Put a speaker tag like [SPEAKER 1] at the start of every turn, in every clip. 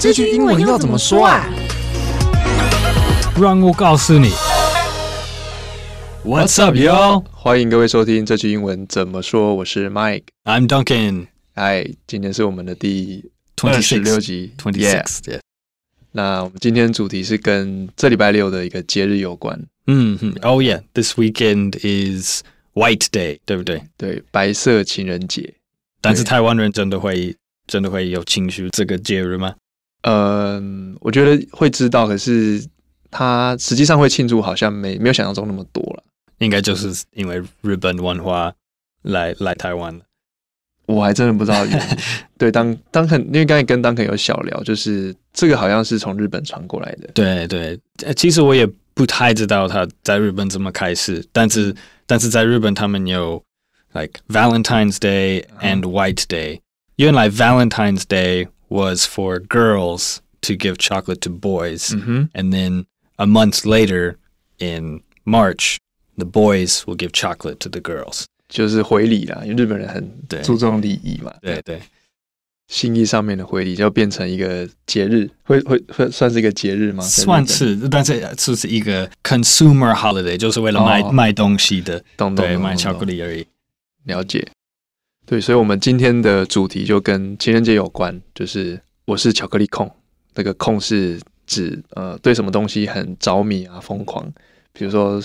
[SPEAKER 1] 这句英文要怎么说啊？
[SPEAKER 2] 让我告诉你，What's up, yo？
[SPEAKER 3] 欢迎各位收听这句英文怎么说。我是 Mike，
[SPEAKER 2] I'm Duncan.
[SPEAKER 3] 哎，今天是我们的第
[SPEAKER 2] Twenty
[SPEAKER 3] 十六
[SPEAKER 2] six,
[SPEAKER 3] 集
[SPEAKER 2] twenty
[SPEAKER 3] Yeah
[SPEAKER 2] six. Yeah.
[SPEAKER 3] 那我们今天主题是跟这礼拜六的一个节日有关，
[SPEAKER 2] 嗯哼，Oh yeah. This weekend is White Day，对不对？
[SPEAKER 3] 对，白色情人节。
[SPEAKER 2] 但是台湾人真的会真的会有情绪这个节日吗？
[SPEAKER 3] 嗯，我觉得会知道，可是他实际上会庆祝，好像没没有想象中那么多了。
[SPEAKER 2] 应该就是因为日本文化来来台湾了。
[SPEAKER 3] 我还真的不知道原因。对，当当肯，因为刚才跟当肯有小聊，就是这个好像是从日本传过来的。
[SPEAKER 2] 对对，呃其实我也不太知道他在日本怎么开始，但是但是在日本他们有 like Valentine's Day and
[SPEAKER 3] Uh-huh.
[SPEAKER 2] White Day。原来 Valentine's Day was for girls to give chocolate to boys,
[SPEAKER 3] 嗯哼，
[SPEAKER 2] and then a month later in March, the boys will give chocolate to the girls.
[SPEAKER 3] 就是回礼啦，因为日本人
[SPEAKER 2] 对
[SPEAKER 3] 很注重礼仪嘛，
[SPEAKER 2] 对对
[SPEAKER 3] 心意上面的回礼就变成一个节日，会会会算是一个节日吗？在日
[SPEAKER 2] 算
[SPEAKER 3] 本
[SPEAKER 2] 是，但是这是一个 consumer holiday，就是为了卖、
[SPEAKER 3] 哦
[SPEAKER 2] 卖东西的，
[SPEAKER 3] 懂懂
[SPEAKER 2] 对，
[SPEAKER 3] 懂
[SPEAKER 2] 卖
[SPEAKER 3] 懂
[SPEAKER 2] 巧克
[SPEAKER 3] 懂
[SPEAKER 2] 力而已。
[SPEAKER 3] 了解。对，所以我们今天的主题就跟情人节有关，就是我是巧克力控，那个控是指呃对什么东西很着迷啊、疯狂，比如说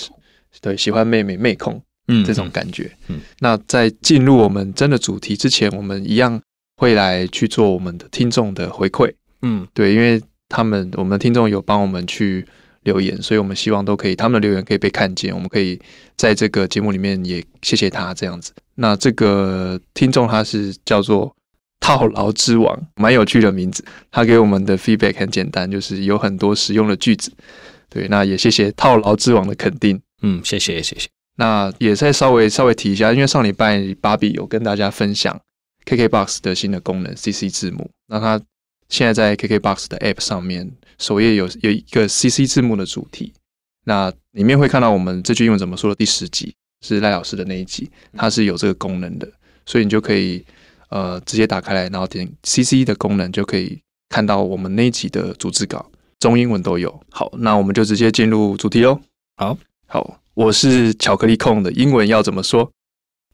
[SPEAKER 3] 对喜欢妹妹妹控
[SPEAKER 2] 嗯，
[SPEAKER 3] 这种感觉。
[SPEAKER 2] 嗯嗯
[SPEAKER 3] 那在进入我们真的主题之前，我们一样会来去做我们的听众的回馈。
[SPEAKER 2] 嗯，
[SPEAKER 3] 对，因为他们我们的听众有帮我们去留言，所以我们希望都可以他们的留言可以被看见，我们可以在这个节目里面也谢谢他这样子。那这个听众他是叫做套牢之王，蛮有趣的名字。他给我们的 feedback 很简单，就是有很多实用的句子。对，那也谢谢套牢之王的肯定。
[SPEAKER 2] 嗯，嗯谢谢谢谢。
[SPEAKER 3] 那也再稍微稍微提一下，因为上礼拜芭比有跟大家分享 KKBOX 的新的功能 CC 字幕，那它现在在 KKBOX 的 App 上面首页有有一个 CC 字幕的主题，那里面会看到我们这句英文怎么说的第十集是赖老师的那一集，它是有这个功能的，所以你就可以呃直接打开来，然后点 CC 的功能就可以看到我们那一集的逐字稿，中英文都有。好，那我们就直接进入主题喽。好，我是巧克力控的，英文要怎么说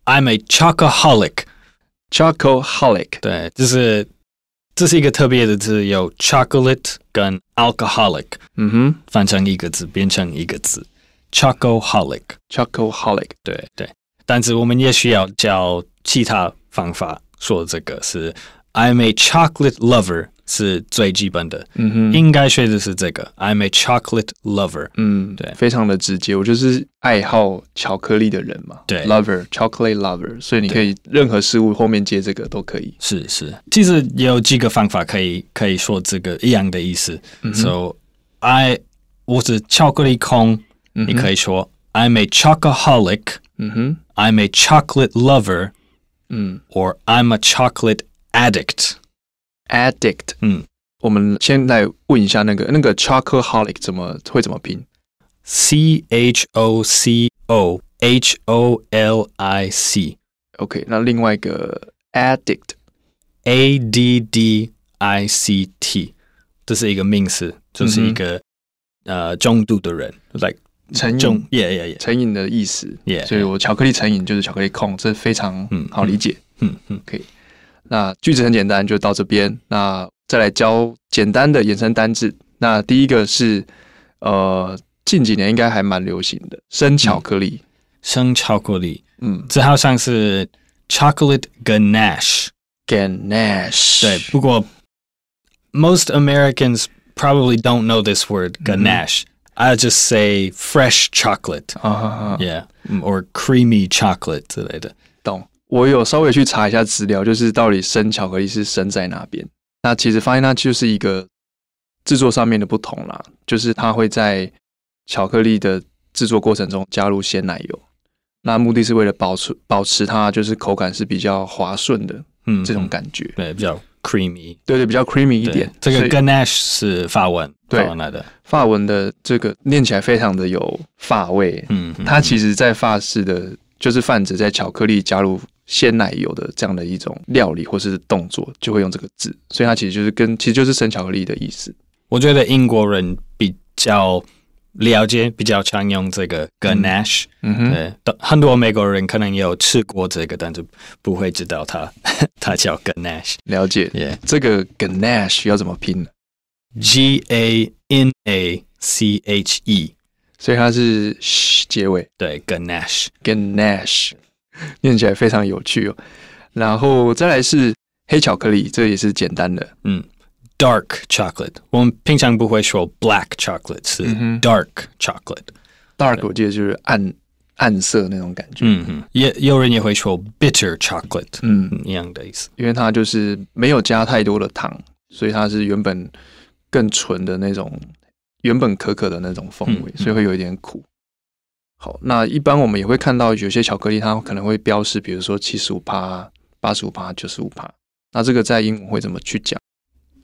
[SPEAKER 2] I'm a chocoholic，
[SPEAKER 3] ？Chocoholic。
[SPEAKER 2] 对，就是这是一个特别的字，有 chocolate 跟 alcoholic
[SPEAKER 3] 嗯哼
[SPEAKER 2] 翻成一个字，变成一个字 chocoholic。
[SPEAKER 3] ，Chocoholic。
[SPEAKER 2] 对对，但是我们也需要教其他方法说这个是 I'm a chocolate lover 是最基本的，
[SPEAKER 3] 嗯哼，
[SPEAKER 2] 应该学的是这个 I'm a chocolate lover。
[SPEAKER 3] 嗯，
[SPEAKER 2] 对
[SPEAKER 3] 非常的直接。我就是爱好巧克力的人嘛，
[SPEAKER 2] 对
[SPEAKER 3] ，lover，chocolate lover。所以你可以任何事物后面接这个都可以。
[SPEAKER 2] 是是，其实有几个方法可以可以说这个一样的意思。So I 我是巧克力控，你可以说 I'm a chocoholic,
[SPEAKER 3] 嗯哼，
[SPEAKER 2] I'm a chocolate lover,
[SPEAKER 3] 嗯
[SPEAKER 2] or I'm a chocolate addict。
[SPEAKER 3] ，addict。
[SPEAKER 2] 嗯
[SPEAKER 3] 我们先来问一下那个那个 chocoholic 怎么会怎么拼
[SPEAKER 2] ，C H O C O H O L I C
[SPEAKER 3] ？OK，那另外一个 addict，
[SPEAKER 2] A D D I C T，这是一个名词，就是一个、呃中度的人，like
[SPEAKER 3] 成瘾
[SPEAKER 2] 中，yeah yeah yeah。
[SPEAKER 3] 成瘾的意思。
[SPEAKER 2] Yeah
[SPEAKER 3] 所以我巧克力成瘾就是巧克力控，这非常
[SPEAKER 2] 嗯
[SPEAKER 3] 好理解。
[SPEAKER 2] 嗯嗯，
[SPEAKER 3] 那句子很简单，就到这边。那再来教简单的衍生单字。那第一个是，呃，近几年应该还蛮流行的生巧克力。
[SPEAKER 2] 生巧克力，
[SPEAKER 3] 嗯
[SPEAKER 2] 这好像是 chocolate ganache。
[SPEAKER 3] g a n a s h
[SPEAKER 2] 对，不过 most Americans probably don't know this word
[SPEAKER 3] Mm-hmm.
[SPEAKER 2] ganache. I just say fresh chocolate.
[SPEAKER 3] 啊哈哈，
[SPEAKER 2] Yeah, or creamy chocolate 之类的。
[SPEAKER 3] 懂。我有稍微去查一下资料，就是到底生巧克力是生在哪边。那其实发现它就是一个制作上面的不同啦，就是它会在巧克力的制作过程中加入鲜奶油，那目的是为了保持保持它就是口感是比较滑顺的
[SPEAKER 2] 嗯，
[SPEAKER 3] 这种感觉。
[SPEAKER 2] 对比较 creamy
[SPEAKER 3] 对对，比较 creamy 一
[SPEAKER 2] 对
[SPEAKER 3] 点。
[SPEAKER 2] 这
[SPEAKER 3] 所
[SPEAKER 2] 个
[SPEAKER 3] 以
[SPEAKER 2] ganache 是法文
[SPEAKER 3] 对
[SPEAKER 2] 法文来的。
[SPEAKER 3] 法文的这个念起来非常的有法味，
[SPEAKER 2] 嗯，
[SPEAKER 3] 它其实在法式的就是泛指在巧克力加入鲜奶油的这样的一种料理或是动作，就会用这个字，所以它其实就是跟其实就是生巧克力的意思。
[SPEAKER 2] 我觉得英国人比较了解，比较常用这个 ganache、
[SPEAKER 3] 嗯哼，
[SPEAKER 2] 对，但很多美国人可能也有吃过这个，但是不会知道它它叫 ganache。
[SPEAKER 3] 了解。
[SPEAKER 2] Yeah，G
[SPEAKER 3] 这个 ganache 要怎么拼呢？
[SPEAKER 2] A N A C H E，
[SPEAKER 3] 所以它是 sh 结尾
[SPEAKER 2] 对，ganache。
[SPEAKER 3] ，ganache 念起来非常有趣哦。然后再来是黑巧克力，这也是简单的。
[SPEAKER 2] Dark chocolate，我们平常不会说 black chocolate，是
[SPEAKER 3] 嗯哼
[SPEAKER 2] dark chocolate。
[SPEAKER 3] dark 我记得就是暗暗色那种感觉，
[SPEAKER 2] 嗯哼，也有人也会说 bitter chocolate，
[SPEAKER 3] 嗯，
[SPEAKER 2] 一样的意思。
[SPEAKER 3] 因为它就是没有加太多的糖，所以它是原本更纯的那种，原本可可的那种风味
[SPEAKER 2] 嗯，嗯
[SPEAKER 3] 所以会有一点苦。好，那一般我们也会看到有些巧克力它可能会标示，比如说七十五帕、八十五帕、九十五帕。那这个在英文会怎么去讲？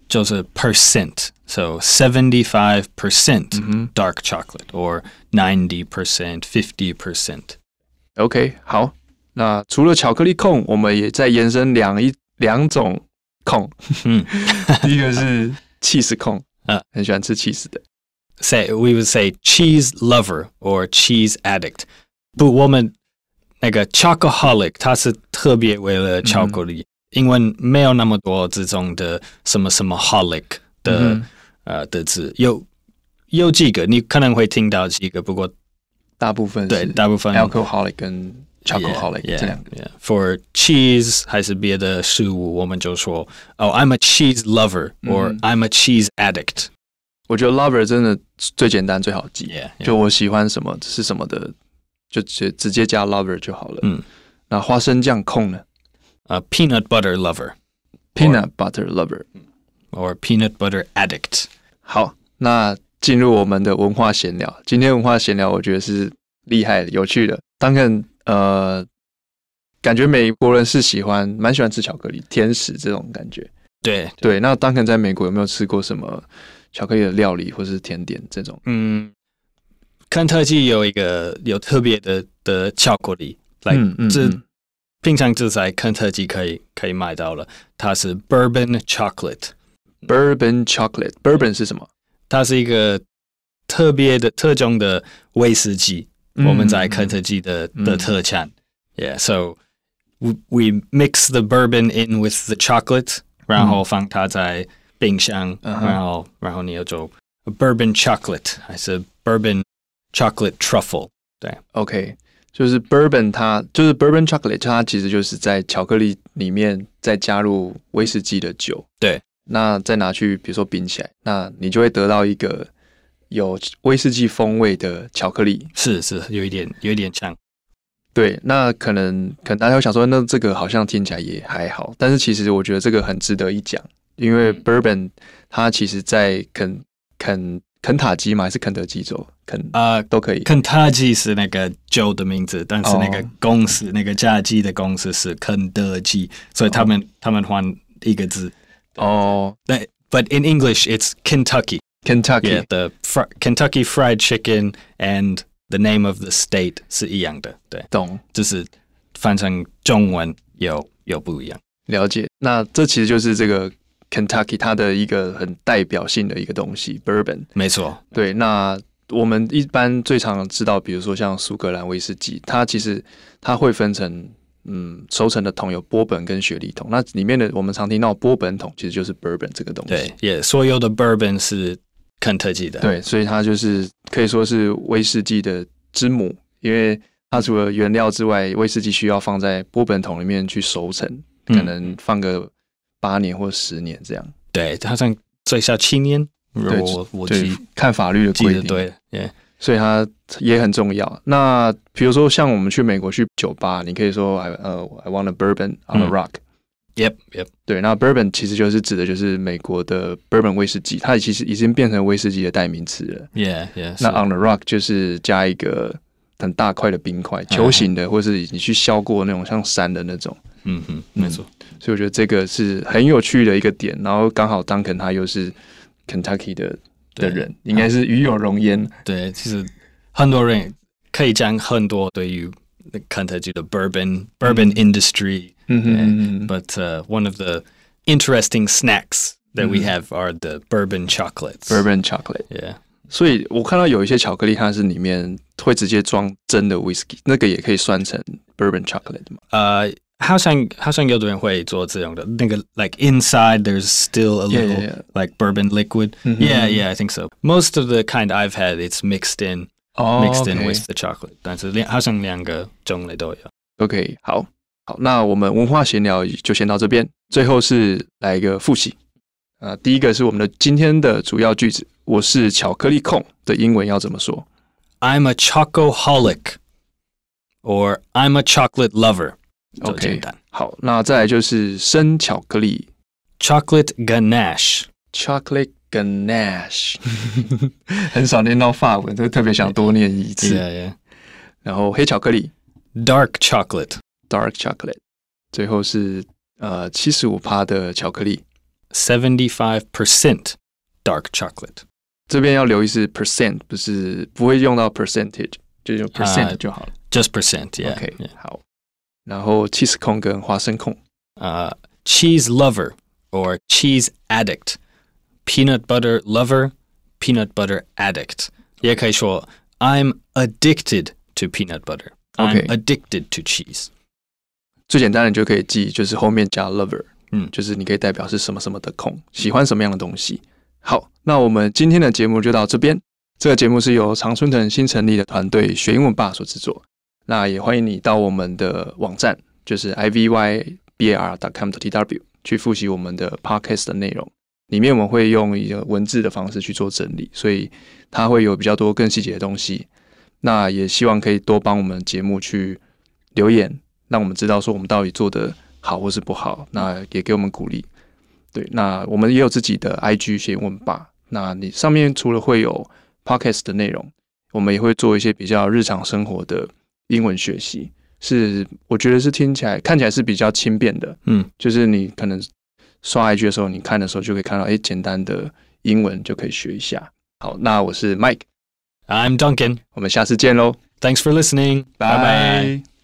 [SPEAKER 2] 就是 percent，so seventy five percent
[SPEAKER 3] 嗯
[SPEAKER 2] dark chocolate or ninety percent, fifty percent。
[SPEAKER 3] 哼，OK，好。那除了巧克力控，我们也在延伸两一两种控，
[SPEAKER 2] 嗯
[SPEAKER 3] 第一个是 cheese 控，
[SPEAKER 2] 啊
[SPEAKER 3] 很喜欢吃 cheese 的。
[SPEAKER 2] Say we would say cheese lover or cheese addict。不，我们那个 chocoholic 它是特别为了巧克力，英文没有那么多这种的什么什么 holic uh, 的、
[SPEAKER 3] 嗯哼
[SPEAKER 2] 呃的字，有有几个你可能会听到几个，不过
[SPEAKER 3] 大部分是
[SPEAKER 2] 对大部分
[SPEAKER 3] alcoholic 跟 chocoholic
[SPEAKER 2] Yeah, yeah,
[SPEAKER 3] 这两个。
[SPEAKER 2] yeah. For cheese 还是别的事物，我们就说哦、i m Oh, a cheese lover
[SPEAKER 3] 嗯
[SPEAKER 2] or I'm a cheese addict。
[SPEAKER 3] 我觉得 lover 真的最简单最好记
[SPEAKER 2] Yeah, yeah.
[SPEAKER 3] 就我喜欢什么是什么的，就直直接加 lover 就好了。
[SPEAKER 2] 嗯，
[SPEAKER 3] 那花生酱控呢
[SPEAKER 2] 呃、p e a n u t butter lover
[SPEAKER 3] ？peanut butter lover。
[SPEAKER 2] or peanut butter addict。
[SPEAKER 3] 好，那进入我们的文化闲聊。今天文化闲聊，我觉得是厉害的、有趣的。当然，呃，感觉美国人是喜欢蛮喜欢吃巧克力、甜食这种感觉。
[SPEAKER 2] 对，
[SPEAKER 3] 对，那当肯在美国有没有吃过什么巧克力的料理或是甜点这种？
[SPEAKER 2] 嗯，肯特基有一个有特别的的巧克力，来、
[SPEAKER 3] 嗯嗯
[SPEAKER 2] 这
[SPEAKER 3] 嗯
[SPEAKER 2] 平常就在肯特基可以可以买到了，它是 bourbon chocolate。
[SPEAKER 3] Bourbon chocolate。Bourbon 是什么？
[SPEAKER 2] 它是一个特别的特种的威士忌，
[SPEAKER 3] 嗯
[SPEAKER 2] 我们在肯特基的、
[SPEAKER 3] 嗯
[SPEAKER 2] 的特产。Yeah, so we we mix the bourbon in with the chocolate，然后放它在冰箱，
[SPEAKER 3] 嗯哼
[SPEAKER 2] 然后然后你有做 bourbon chocolate 还是 bourbon chocolate truffle？
[SPEAKER 3] OK，就是 Bourbon，它就是 Bourbon chocolate，它其实就是在巧克力里面再加入威士忌的酒。
[SPEAKER 2] 对，
[SPEAKER 3] 那再拿去比如说冰起来，那你就会得到一个有威士忌风味的巧克力。
[SPEAKER 2] 是是，有一点有一点像。
[SPEAKER 3] 对，那可能可能大家会想说，那这个好像听起来也还好，但是其实我觉得这个很值得一讲，因
[SPEAKER 2] 嗯
[SPEAKER 3] 为 Bourbon 它其实在肯肯肯塔基嘛，还是肯德基州肯、
[SPEAKER 2] 呃，
[SPEAKER 3] 都可以。
[SPEAKER 2] 肯塔基是那个 Joe 的名字，但是那个
[SPEAKER 3] 哦
[SPEAKER 2] 公司、那个炸鸡的公司是肯德基，所以他们、他们换一个字。
[SPEAKER 3] 哦
[SPEAKER 2] 对，But in English it's Kentucky.
[SPEAKER 3] ，Kentucky，
[SPEAKER 2] Yeah, the fr- Kentucky Fried Chicken and the name of the state 是一样的。对，
[SPEAKER 3] 懂。
[SPEAKER 2] 就是翻成中文有有不一样。
[SPEAKER 3] 了解，那这其实就是这个 Kentucky 它的一个很代表性的一个东西，Bourbon。
[SPEAKER 2] 没错，
[SPEAKER 3] 对，那我们一般最常知道，比如说像苏格兰威士忌，它其实它会分成，嗯，熟成的桶有波本跟雪莉桶，那里面的我们常听到波本桶其实就是 Bourbon 这个东西。
[SPEAKER 2] 对，也、所有的 bourbon 是肯特基的。
[SPEAKER 3] 对，所以它就是可以说是威士忌的之母，因为它除了原料之外，威士忌需要放在波本桶里面去熟成，
[SPEAKER 2] 嗯
[SPEAKER 3] 可能放个八年或十年这样。
[SPEAKER 2] 对，好像最少七年，如
[SPEAKER 3] 对
[SPEAKER 2] 果我我
[SPEAKER 3] 对
[SPEAKER 2] 记，
[SPEAKER 3] 看法律的
[SPEAKER 2] 记
[SPEAKER 3] 规
[SPEAKER 2] 得
[SPEAKER 3] 定，
[SPEAKER 2] 对，yeah，
[SPEAKER 3] 所以它也很重要。那比如说像我们去美国去酒吧，你可以说 I 呃、I want a bourbon on a
[SPEAKER 2] 嗯
[SPEAKER 3] rock、
[SPEAKER 2] yep yep，
[SPEAKER 3] 对，那 bourbon 其实就是指的就是美国的 bourbon 威士忌，它其实已经变成威士忌的代名词了。
[SPEAKER 2] yeah yeah，是
[SPEAKER 3] 那 on the rock 就是加一个很大块的冰
[SPEAKER 2] 哎
[SPEAKER 3] 块，球形的，或是你去削过那种像山的那种。
[SPEAKER 2] 嗯哼，没错。
[SPEAKER 3] 所以我觉得这个是很有趣的一个点。然后刚好当肯他又是 Kentucky 的的
[SPEAKER 2] 对哎
[SPEAKER 3] 人，应该是与有荣焉。
[SPEAKER 2] 对，其实很多人可以讲很多对于 the Kentucky, the bourbon bourbon industry.
[SPEAKER 3] 嗯哼嗯哼
[SPEAKER 2] But uh, one of the interesting snacks that we have are the bourbon chocolates.
[SPEAKER 3] Mm-hmm。 ，bourbon chocolate。
[SPEAKER 2] Yeah.
[SPEAKER 3] 所以我看到有一些巧克力，它是里面会直接装真的 whisky，那个也可以算成 bourbon chocolate 嘛。
[SPEAKER 2] Uh, 好像好像有的人会做这种的那个 like inside there's still a
[SPEAKER 3] Yeah, yeah,
[SPEAKER 2] little
[SPEAKER 3] yeah.
[SPEAKER 2] like bourbon liquid.
[SPEAKER 3] Mhm.
[SPEAKER 2] Yeah, yeah, I think so. Most of the kind I've had, it's mixed in
[SPEAKER 3] 哦
[SPEAKER 2] mixed in with the chocolate. 但是好像两个种类都有。
[SPEAKER 3] OK，好好，那我们文化闲聊就先到这边。最后是来一个复习啊、呃第一个是我们的今天的主要句子，我是巧克力控的英文要怎么说
[SPEAKER 2] I'm a chocoholic or I'm a chocolate lover.
[SPEAKER 3] ？OK，好，那再来就是生巧克力
[SPEAKER 2] Chocolate ganache.
[SPEAKER 3] （chocolate ganache），很少念到法文，就特别想多念一次。
[SPEAKER 2] Yeah, yeah.
[SPEAKER 3] 然后黑巧克力
[SPEAKER 2] Dark chocolate.
[SPEAKER 3] （dark chocolate），最后是呃七十五趴的巧克力，
[SPEAKER 2] 75% dark chocolate.
[SPEAKER 3] 这边要留意是 percent，不是不会用到 percentage，就用 percent
[SPEAKER 2] 啊
[SPEAKER 3] 就好了。
[SPEAKER 2] Just percent, yeah.
[SPEAKER 3] OK，
[SPEAKER 2] yeah.
[SPEAKER 3] 好。然后 cheese 控跟花生控
[SPEAKER 2] Uh, cheese lover or cheese addict. Peanut butter lover, peanut butter addict. 也可以说 I'm addicted to peanut butter. I'm
[SPEAKER 3] OK
[SPEAKER 2] addicted to cheese.
[SPEAKER 3] 最简单的你就可以记，就是后面加 lover，
[SPEAKER 2] 嗯
[SPEAKER 3] 就是你可以代表是什么什么的控，喜欢什么样的东西。好，那我们今天的节目就到这边。这个节目是由常春藤新成立的团队学英文吧所制作。那也欢迎你到我们的网站，就是 i v y b a r com t w 去复习我们的 podcast 的内容。里面我们会用一个文字的方式去做整理，所以它会有比较多更细节的东西。那也希望可以多帮我们节目去留言，让我们知道说我们到底做的好或是不好，那也给我们鼓励。对，那我们也有自己的 IG 写文吧，那你上面除了会有 Podcast 的内容，我们也会做一些比较日常生活的英文学习，是我觉得是听起来看起来是比较轻便的，
[SPEAKER 2] 嗯，
[SPEAKER 3] 就是你可能刷 IG 的时候，你看的时候就可以看到，哎，简单的英文就可以学一下。好，那我是 Mike，
[SPEAKER 2] I'm Duncan.
[SPEAKER 3] 我们下次见喽，
[SPEAKER 2] Thanks for listening.
[SPEAKER 3] 拜拜。